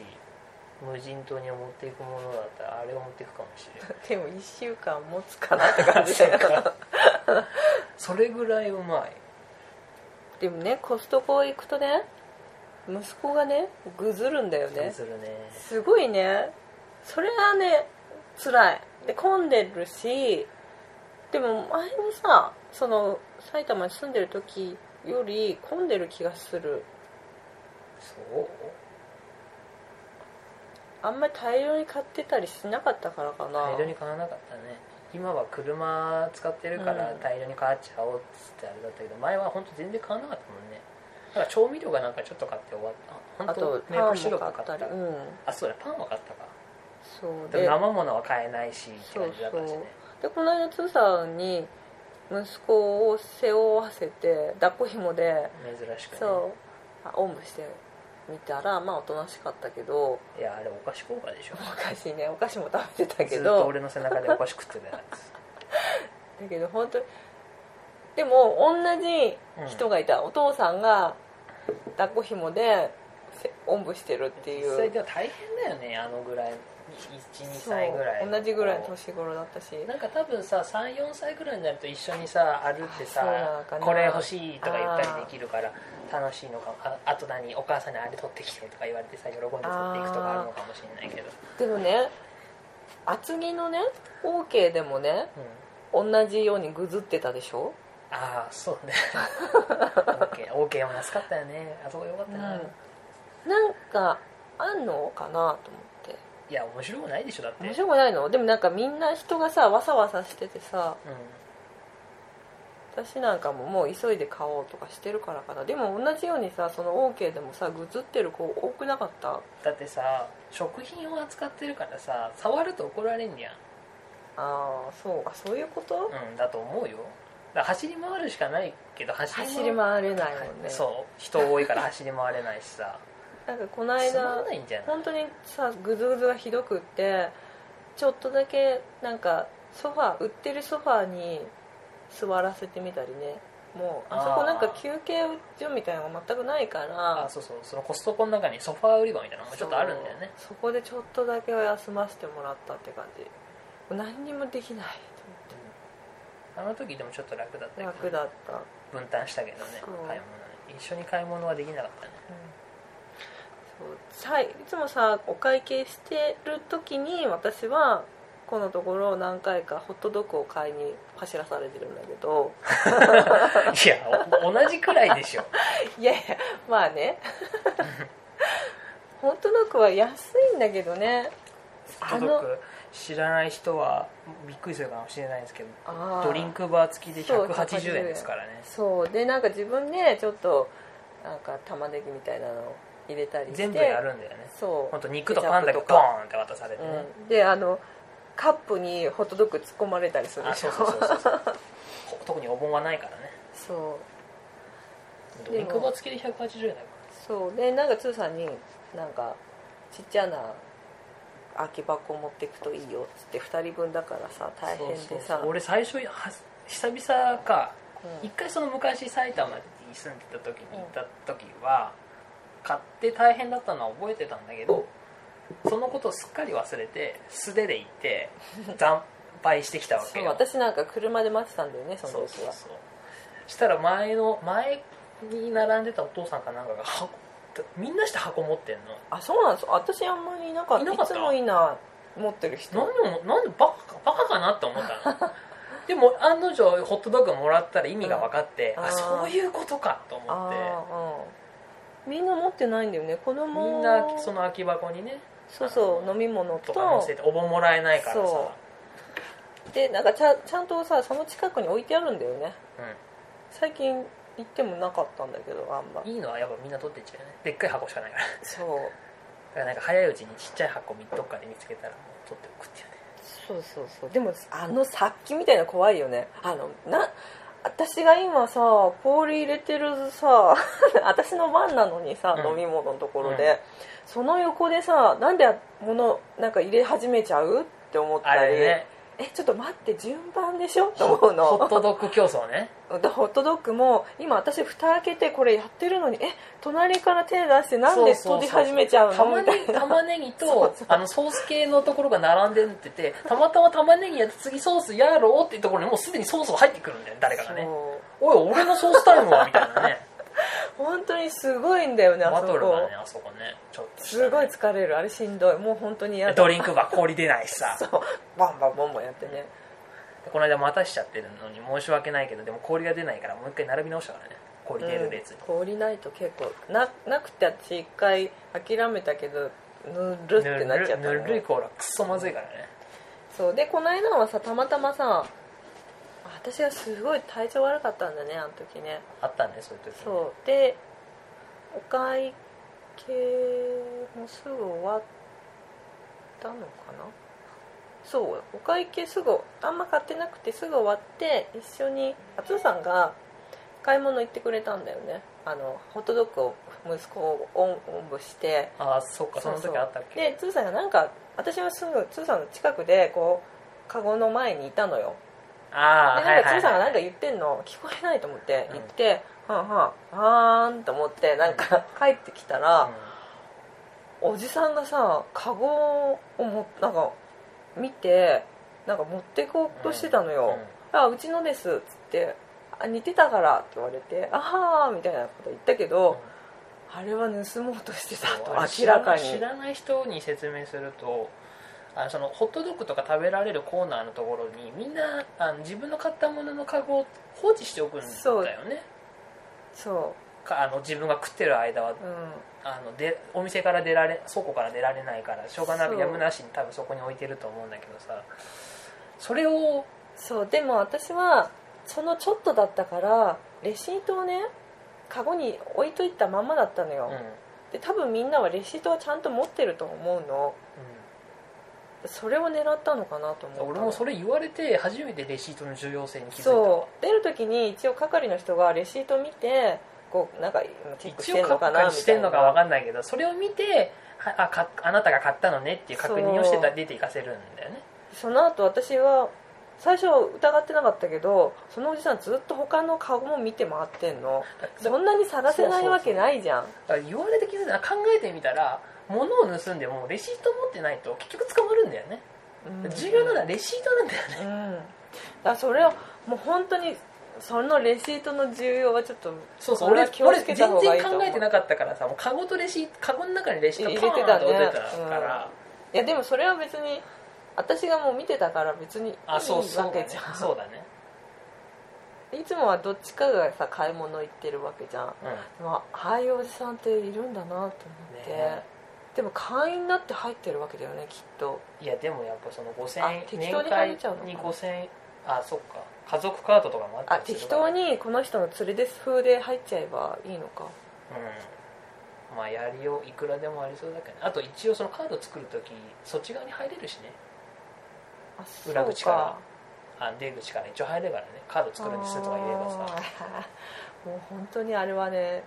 B: 無人島に持っていくものだったらあれを持っていくかもしれない
A: でも1週間持つかなって感じだよ
B: それぐらいうまい
A: でもねコストコ行くとね息子がねぐずるんだよね
B: するね
A: すごいねそれはね辛いで混んでるしでも前にさその埼玉に住んでる時より混んでる気がする
B: そう
A: あんまり大量に買ってたりしなかったからかな
B: 大量に買わなかったね今は車使ってるから
A: うん
B: 大量に買っちゃおうっつってあれだったけど、前は本当全然買わなかったもんねなんか調味料がなんかちょっと買って終わった
A: あ
B: 本
A: と
B: 当メ
A: パン
B: ープルシロ
A: も買
B: ップ買っ
A: った
B: た
A: りうん
B: あそうだパンは買ったか
A: そう
B: でも
A: で
B: 生ものは買えないしって感じだったしね
A: そうでこの間つーさんに息子を背負わせて抱っこひもで
B: 珍しくね
A: そうあおんぶしてみたらまあおとなしかったけど
B: いやあれお菓子効果でしょ
A: お菓子ねお菓子も食べてたけ
B: ずっと
A: ど
B: 俺の背中でお菓子食ってたやつ
A: だけど本当にでも同じ人がいた、お父さんが抱っこひもでせおんぶしてるってい
B: 実際
A: う
B: でも大変だよねあのぐらい12
A: そう
B: 歳ぐらいの
A: 同じぐらいの年頃だったし
B: なんか多分さ34歳ぐらいになると一緒にさ歩って
A: あそうなの
B: さ
A: かな
B: これ欲しいとか言ったりできるから楽しいのかもああと何お母さんにあれ取ってきてとか言われてさ喜んで取っていくとかあるのかもしれないけど、
A: でもね厚木のね OK でもね
B: うん、
A: 同じようにぐずってたでしょ、
B: ああそうね
A: (laughs)
B: OK, OK も安かったよねあそこよかったな、
A: なんかあんのかなと思って
B: いや面白くないでしょだって
A: 面白くないのでもなんかみんな人がさわさわさしててさ私なんかももう急いで買おうとかしてるからかなでも同じようにさその OK でもさグズってる子多くなかった
B: うん、だってさ食品を扱ってるからさ触ると怒られんじゃん
A: ああそうあそういうこと、
B: うんだと思うよだから走り回るしかないけど走り
A: 走り回れないもんね
B: そう人多いから走り回れないしさ
A: なんか (laughs) この
B: つま
A: 間
B: んないんじゃない
A: 本当にさグズグズがひどくってちょっとだけなんかソファー売ってるソファーに座らせてみたりねもうあそこなんか休憩所みたいなのが全くないから
B: あそうそうそのコストコの中にソファー売り場みたいなのもちょっとあるんだよね
A: そうそこでちょっとだけ休ませてもらったって感じもう何にもできない
B: あの時でもちょっと楽だっ
A: と
B: たけど
A: 思って楽だった、うん
B: 分担したけどね
A: そう
B: 買い物一緒に買い物はできなかったね
A: そうさいいつもさお会計してる時に私はこのところ何回かホットドッグを買いに走らされてるんだけど
B: いやお同じくらいでしょ
A: いやいやまあ
B: (laughs)
A: ねホットドッグは安いんだけどね (laughs) あの
B: 届く知らない人はびっくりするかもしれないんですけど
A: あー
B: ドリンクバー付きで
A: そう
B: 180円ですからね
A: そうでなんか自分でちょっとなんか玉ねぎみたいなのを入れたりして
B: 全部やるんだよね
A: そう
B: 本当肉とパンだけ
A: ケチャップと
B: ドー
A: か
B: ンって渡されてね、
A: うん、であのカップにホットドッグ突っ込まれたりする
B: あ
A: でし
B: そ
A: ょ
B: うそうそうそうこ特にお盆はないからね
A: そう
B: ドリンクバー付きで180円だか
A: そうでなんかつーさんになんかちっちゃな空き箱持ってくといいよっつって2人分だからさ
B: ら
A: 大変でさ
B: そうそうそう俺最初は久々か
A: うん
B: 一回その昔埼玉に住んでた時に行った時は買って大変だったのは覚えてたんだけどそのことをすっかり忘れて素手で行って惨敗してきたわけ
A: そう
B: よ
A: 私なんか車で待ってたんだよねそ
B: そ
A: の
B: う
A: 時
B: そう
A: は
B: そうしたら前の前に並んでたお父さんかなんかが箱みんなして箱持ってんの
A: あそうなんです私あんまりいなかった
B: いなかった
A: つもいない持ってる人
B: 何をなんでバカかバカかなって思ったのでも案の定ホットドッグもらったら意味が分かって、
A: うんあ
B: あ
A: ー
B: そういうことかと思
A: あ
B: って
A: あうんみんな持ってないんだよね子供
B: みんなその空き箱にね
A: そうそう飲み物
B: とか
A: と
B: 載せてお盆もらえないからさ
A: そでなんかちゃちゃんとさその近くに置いてあるんだよね
B: うん、
A: 最近行ってもなかったんだけどあんま
B: いいのはやっぱみんな取ってっちゃうよねでっかい箱しかないからだ
A: そう
B: からなんか早いうちにちっちゃい箱どっかで見つけたらもう取っておくっていうね
A: そうそうそうでもあの殺気みたいなの怖いよねあのな私が今さ氷入れてるさ (laughs) 私の番なのにさ、
B: うん
A: 飲み物のところで、
B: うん
A: その横でさなんで物なんか入れ始めちゃうって思っ
B: あ
A: たり、
B: れね
A: えちょっと待って順番でしょと
B: ホ
A: 思うの
B: ホットドッグ競争ね
A: でホットドッグも今私蓋開けてこれやってるのにえ隣から手出してなんで
B: そうそうそう
A: 閉じ始めちゃうの
B: 玉
A: みた
B: ね
A: い
B: ぎ
A: な
B: 玉ねぎ
A: そう
B: と
A: そう
B: あのソース系のところが並んでっててたまたま玉ねぎやって次ソースやろうっていうところにもうすでにソースが入ってくるんだよ誰かがね
A: そう
B: おい俺のソースタイムはみたいなね
A: 本当にすご (laughs) いんだよねあ
B: バ
A: そ
B: ト
A: こ
B: ルがねあそこねちょっとしたね
A: すごい疲れるあれしんどいもう本当に嫌だ
B: ドリンクバー氷出ないしさ
A: そうバンバンバンバンやってね
B: この間待たしちゃってるのに申し訳ないけどでも氷が出ないからもう一回並び直したからね氷出る列に、
A: うん氷ないと結構ななくて私一回諦めたけどぬるっ
B: ぬ
A: て
B: る
A: なっちゃった
B: ぬ
A: の
B: るいコーラクソまずいからね
A: そうでこの間はさたまたまさ私がすごい体調悪かったんだねあの時ね
B: あったねそういう時
A: そうでお会計もすぐ終わったのかなそうお会計すぐあんま買ってなくてすぐ終わって一緒にあつーさんが買い物行ってくれたんだよねあのホットドッグを息子をおんおんぶして
B: ああそっかその時あったっけ
A: でつーさんがなんか私はすぐつーさんの近くでこうカゴの前にいたのよ
B: ああ
A: で
B: は
A: なん
B: い
A: か
B: は
A: 鶴
B: い
A: さんが
B: は
A: ないんか言ってんの聞こえないと思って
B: う
A: 行
B: ん
A: って、はんはんはーんと思ってなんか帰ってきたら、おじさんがさカゴをもなんか見てなんか持ってこうとしてたのよ、あうちのですっつってあ似てたからって言われてああみたいなこと言ったけど、あれは盗もうとしてたと明らかに
B: 知らない人に説明するとあのそのホットドッグとか食べられるコーナーのところにみんなあの自分の買ったもののカゴを放置しておくんだよね
A: そ
B: かあの自分が食ってる間は
A: ううん
B: あのでお店から出られ倉庫から出られないからしょうがな
A: そ
B: く
A: う
B: やむなしに多分そこに置いてると思うんだけどさそれを
A: そうでも私はそのちょっとだったからレシートをねカゴに置いといたまんまだったの
B: う
A: よ、
B: ん、うん
A: で多分みんなはレシートはちゃんと持ってると思うのそれを狙ったのかなと思ったの
B: 俺もそれ言われて初めてレシートの重要性に気づいたわ
A: そう出る時に一応係の人がレシート見てこうなんかチェックし
B: 一
A: て
B: 応
A: んの
B: 確
A: かな
B: 認
A: み
B: して
A: たい
B: ん
A: な
B: のか分かんないけどそれを見てはあかあなたが買ったのねっていう確認をしてた
A: そう
B: 出ていかせるんだよね
A: その後私は最初疑ってなかったけどそのおじさんずっと他のカゴも見て回ってんのそんなに探せないわけないじゃん
B: だから言われて気づいたら考えてみたら物を盗んでもレシート持ってないと結局捕まるんだよね
A: うん
B: 重要なのはレシートなん
A: うん、
B: だよね
A: だからそれをもう本当にそのレシートの重要はちょっと
B: そうそう
A: これ
B: 俺
A: は気を
B: 俺
A: つけ
B: 全
A: た
B: 然
A: 方がいいと思う
B: 考えてなかったからさもうカゴとレシートカゴの中にレシートパ
A: 入れて
B: ー
A: た
B: ン
A: ね
B: と置いてたから、
A: いやでもそれは別に私がもう見てたから別にいいわ
B: あそうそうだ
A: け
B: ね
A: じゃん
B: そうだね、
A: いつもはどっちかがさ買い物行ってるわけじゃん
B: うん
A: でもああいうおじさんっているんだなと思って、
B: ね
A: でも会員になって入ってるわけだよねきっと
B: いやでもやっぱその
A: あ
B: 5000円
A: 適
B: 年
A: 当に入
B: 会
A: っちゃうのかな
B: に5000円あそっか家族カードとかもあった
A: あ
B: りする
A: 適
B: から
A: 当にこの人の連れです風で入っちゃえばいいのか
B: うんまあやりよういくらでもありそうだけどねあと一応そのカード作るときそっち側に入れるしね
A: あそう
B: 裏口からあ出口から一応入れるからねカード作るんですとか言えばさ、
A: あー (laughs) もう本当にあれはね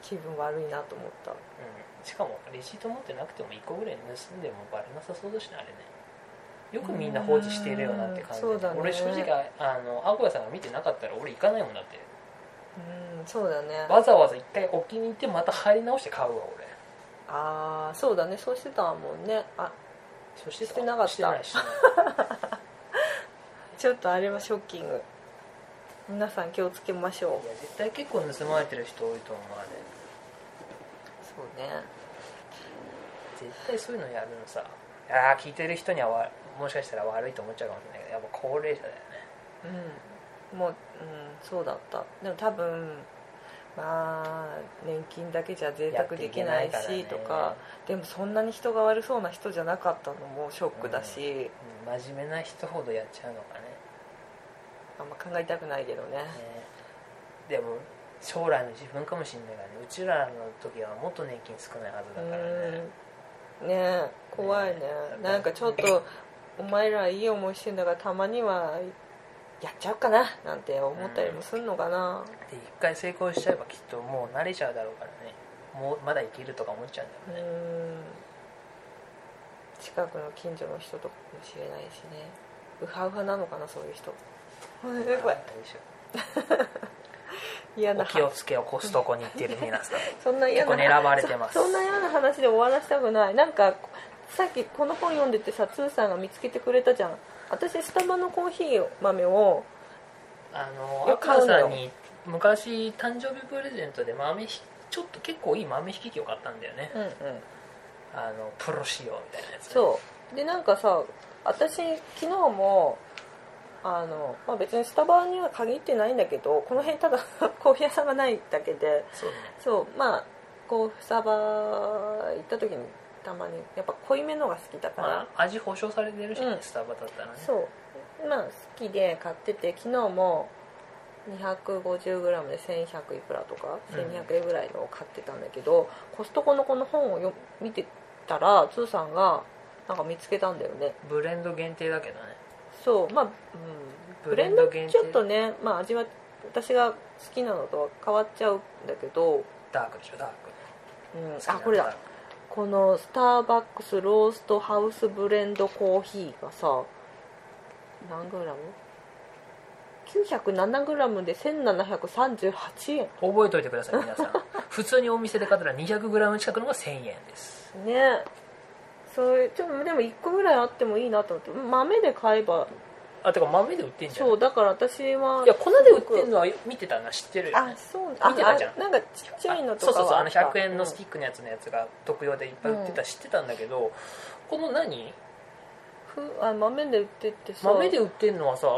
A: 気分悪いなと思った
B: うん、しかもレシート持ってなくても1個ぐらい盗んでもバレなさそうだしねあれねよくみんな放置しているよなって感じで
A: うんそうだね
B: 俺正直あのアコヤさんが見てなかったら俺行かないもんだって
A: うんそうだね
B: わざわざ一回置きに行ってまた入り直して買うわ俺
A: ああそうだねそうしてたもんねあ
B: そして
A: してなかった
B: してないしてない
A: ちょっとあれはショッキング皆さん気をつけましょ
B: いや絶対結構盗まれてる人多いと思うあ
A: う
B: れ
A: そうね
B: 絶対そういうのやるのさあー聞いてる人にはわもしかしたら悪いと思っちゃうかもしれないけどやっぱ高齢者だよね
A: うんもう、うん、そうだったでも多分まあ年金だけじゃ贅
B: やっ
A: 沢
B: て
A: で
B: い
A: き
B: け
A: ない
B: からね
A: しとかでもそんなに人が悪そうな人じゃなかったのもショックだし、
B: うん真面目な人ほどやっちゃうのかね
A: あんま考えたくないけどね
B: ねでも将来の自分かもしれないからねうちらの時はもっと年金少ないはずだからね
A: うんねえ怖いねなんかちょっとお前らいい思いしてんだからたまにはやっちゃうかななんて思ったりもすんのかな、
B: で一回成功しちゃえばきっともう慣れちゃうだろうからねもうまだいけるとか思っちゃうん
A: う
B: だろうね、
A: ん近くの近所の人とかもしれないしねウハウハなのかなそういう人 (laughs) これ
B: でしょ
A: 嫌
B: お
A: な
B: 気をつけをコストコに行ってる皆さん
A: そんな嫌
B: 結
A: な
B: 構狙われてます
A: そそんな嫌な話で終わらせたくないなんかさっきこの本読んでてさつーさんが見つけてくれたじゃん私スタバのコーヒー豆を
B: あ
A: い
B: の
A: や
B: アカ
A: 買うのよ
B: さんに昔誕生日プレゼントで豆ひちょっと結構いい豆引き器を買ったんだよね、
A: うんうん
B: あのプロ仕様みたいなやつ
A: そうでなんかさ私昨日もあの、まあ、別にスタバには限ってないんだけどこの辺ただ (laughs) コーヒー屋さんがないだけで
B: そうね
A: そうまあこうスタバ行った時にたまにやっぱ濃いめのが好きだから、
B: まあ味保証されてるしね、
A: うん
B: スタバだったらね
A: そうまあ好きで買ってて昨日も 250g で1100いくらとか1200円ぐらいのを買ってたんだけど、コストコのこの本をよ見てたらつーさんがなんか見つけたんだよね
B: ブレンド限定だけどね
A: そうまあ、うん、ブ
B: ブ
A: レ
B: レ
A: ン
B: ン
A: ド
B: ド限定
A: ちょっとね、まあ、味は私が好きなのとは変わっちゃうんだけど、
B: ダークでしょダー
A: う
B: ク
A: ん
B: 好きな
A: あこれ
B: ダー
A: だ
B: ク
A: このスターバックスローストハウスブレンドコーヒーがさ何グラム ?907 グラムで1738円
B: 覚えておいてくださ
A: (laughs)
B: い皆さん普通にお店で買ったら 200g 近くのが1000円です
A: ねそういうちょっとでも1個ぐらいあってもいいなと思って豆で買えば
B: あてか豆で売ってんじゃん
A: そうだから私はい
B: や粉で売ってんのは見てたな知ってるよ
A: あ
B: ね
A: そうあ
B: 見てたじゃん
A: あなんかちっちゃいのとか
B: そうそうそう
A: は
B: あ
A: っ
B: の
A: た
B: 100円のスティックのやつのやつが特用でいっぱい売ってた、知ってたんだけどこの何
A: うんふあ豆で売ってってさ
B: 豆で売ってんのはさ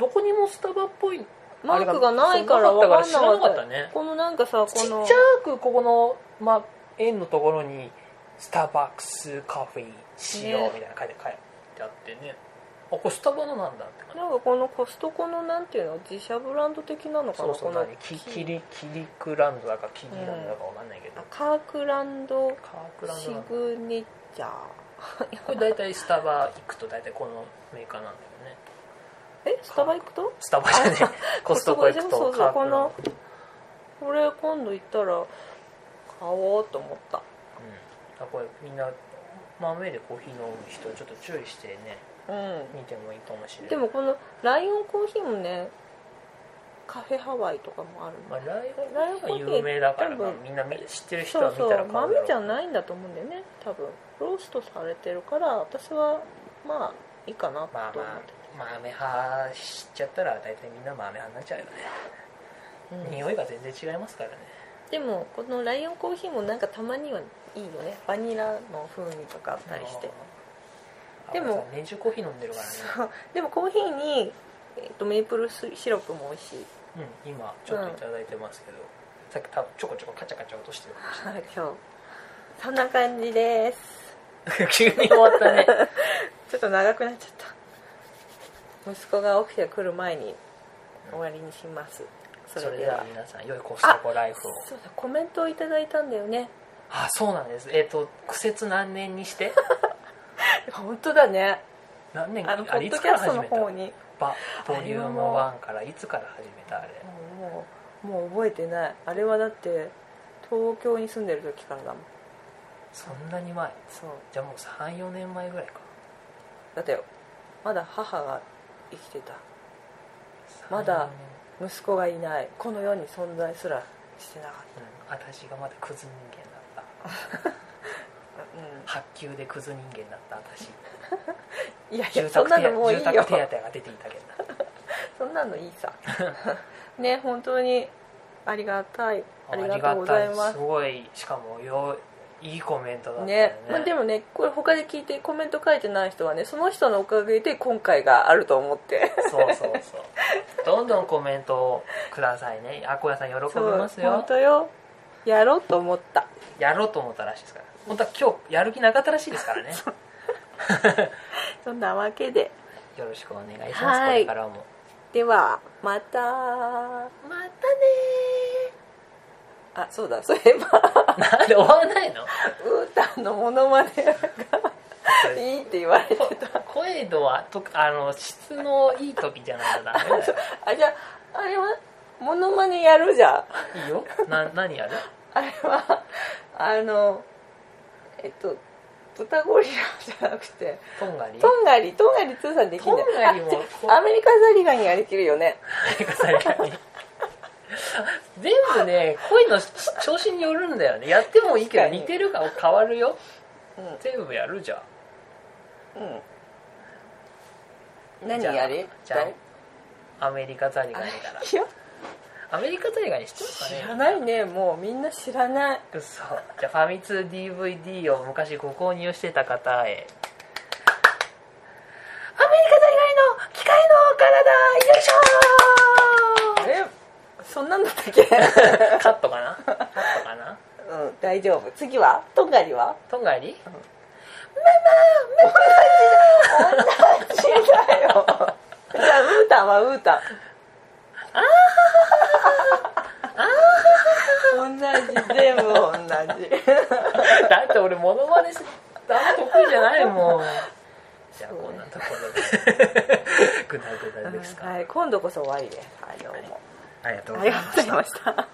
B: どこにもスタバっぽい
A: マークがないから
B: そうな
A: 分か
B: かったから
A: ん
B: 知
A: な
B: ら
A: か
B: な
A: っ
B: か
A: た
B: ったね
A: このなんかさ
B: ちっ
A: こ
B: ち
A: の
B: ゃくここの、まあ、円のところに「スターバックスカフェ仕様」みたいな書いて書いてあってねあこれスタバのなんだって感じ
A: なんかこのコストコのなんていうの自社ブランド的なのか
B: そ
A: な
B: うそう
A: この
B: 何キキリキリクランドだかキリランドだかわかんないけど、
A: あカークランド
B: カークラン
A: シ
B: ドなんだ
A: グネチャー
B: これ大体スタバ行くと大体このメーカーなんだよね
A: えスタバ行くと
B: スタバじゃねえコストコ行く
A: コストコ
B: と
A: でしょそうそ
B: カ
A: う
B: ー
A: こ
B: クランド
A: のこれ今度行ったら買おうと思った
B: うん、あこれみんな豆でコーヒー飲む人はちょっと注意してね
A: う
B: 見てもいいかもしれなんい
A: でもこのライオンコーヒーもねカフェハワイとかもある
B: まあ、ライ
A: ライオン
B: オン
A: コ
B: が
A: ーヒー
B: 有名だから、
A: 多分
B: みんなみ知ってる人
A: そ
B: は
A: う
B: 見た
A: そ
B: ら
A: う
B: 買うだろう
A: 豆じゃないんだと思うんだよね多分ローストされてるから私はまあいいかな
B: まあ
A: と思って、
B: まあ豆派知っちゃったら大体みんな豆派になっちゃうよね、
A: うん
B: 匂いが全然違いますからね
A: でもこのライオンコーヒーもなんかたまにはいいよねバニラの風味とかあったりして
B: あ
A: でも
B: あ年中コーヒー飲んでるからね
A: そうでもコーヒーに、えっとメープルシロップも美味しい
B: うん今ちょっといただいてますけど、さっき多分ちょこちょこカチャカチャ落
A: (laughs)
B: としてるかもし
A: 今日そんな感じです
B: れない急に終わったね
A: ちょっと長くなっちゃった息子が起きてくる前に終わりにしますそ
B: (laughs) そ
A: れ
B: れ
A: で
B: で
A: は
B: は皆さん良いコストコライフを
A: そうだコメントをいただいたんだよね
B: あそうなんですえっ、と苦節何年にして
A: 本当だね
B: 何年
A: あのポ
B: れ
A: ッ
B: い
A: ド
B: つ
A: キャ
B: から
A: スト
B: 始
A: の
B: めた
A: 方に
B: バボリューム1からいつから始めたあれ
A: もうもう覚えてないあれはだって東京に住んでる時からだもん
B: そんなに前
A: そう
B: じゃあもう34年前ぐらいか
A: だってまだ母が生きてたまだ
B: 34年
A: 息子がいないこの世に存在すらしてなかっ
B: うん私がまだクズ人間だった
A: た、
B: 白球でクズ人間だった私
A: うん、いやい
B: 住
A: や (laughs) そん
B: 宅
A: な
B: 手
A: のもういい
B: 住宅
A: よ
B: 手当が出ていたけど
A: そんなのいい
B: (laughs)
A: さね本当にありがたいありがとうご
B: あ
A: ざ
B: り
A: い
B: が
A: ま
B: た
A: す
B: すごいしかもよいいコメントだったよね
A: ねまあ、でもねこれ他で聞いてコメント書いてない人はねその人のおかげで今回があると思って
B: そうそうそうどんどんコメントをくださいねあこやさん喜びます
A: そう本
B: よ
A: 当よやろうと思った
B: やろうと思ったらしいですから本当は今日やる気なかったらしいですからね
A: そんなわけで
B: よろしくお願いします、
A: はい
B: これからも
A: ではまた
B: またねー
A: あそうだそういえば (laughs)
B: なんで終わんないの
A: ウータンのモノマネがいいって言われて
B: こ声度はとあの質のいい時じゃないとダメだよ
A: あじゃああれはモノマネやるじゃん
B: いいよな何やる
A: あれはあのえっとトタゴリラじゃなくて
B: とんがり
A: トンガリトンガリ通算できない
B: トンガリも
A: アメリカザリガニができるよね
B: てかさやはり全部ね声の調子によるんだよねやってもいいけど
A: 確かに
B: 似てるか変わるよ
A: うん
B: 全部やるじゃん
A: うん何やり
B: じゃあ
A: 誰
B: アメリカザリガニから
A: いや
B: アメリカザリガニ知ってますかね
A: 知らないねもうみんな知らない
B: 嘘じゃあファミ通 DVD を昔ご購入してた方へアメリカザリガニの機械の体よいし
A: あれそんなんだ (laughs) ったっけ、う、
B: ょーカットかなカットかなん
A: 大丈夫次はトンガリは
B: とんがり
A: 同じだよじゃあウータンはウータン同じ全部同 (laughs) じ
B: だって俺モノマネすあんま得意じゃないもんじゃあこんなところ
A: (laughs)
B: で (laughs) ぐだぐだですか、
A: はい今度こそ終わりですはいどうも
B: ありがとう
A: あ
B: ござ
A: り
B: い
A: が
B: ま
A: とうござ
B: し
A: い
B: た
A: ました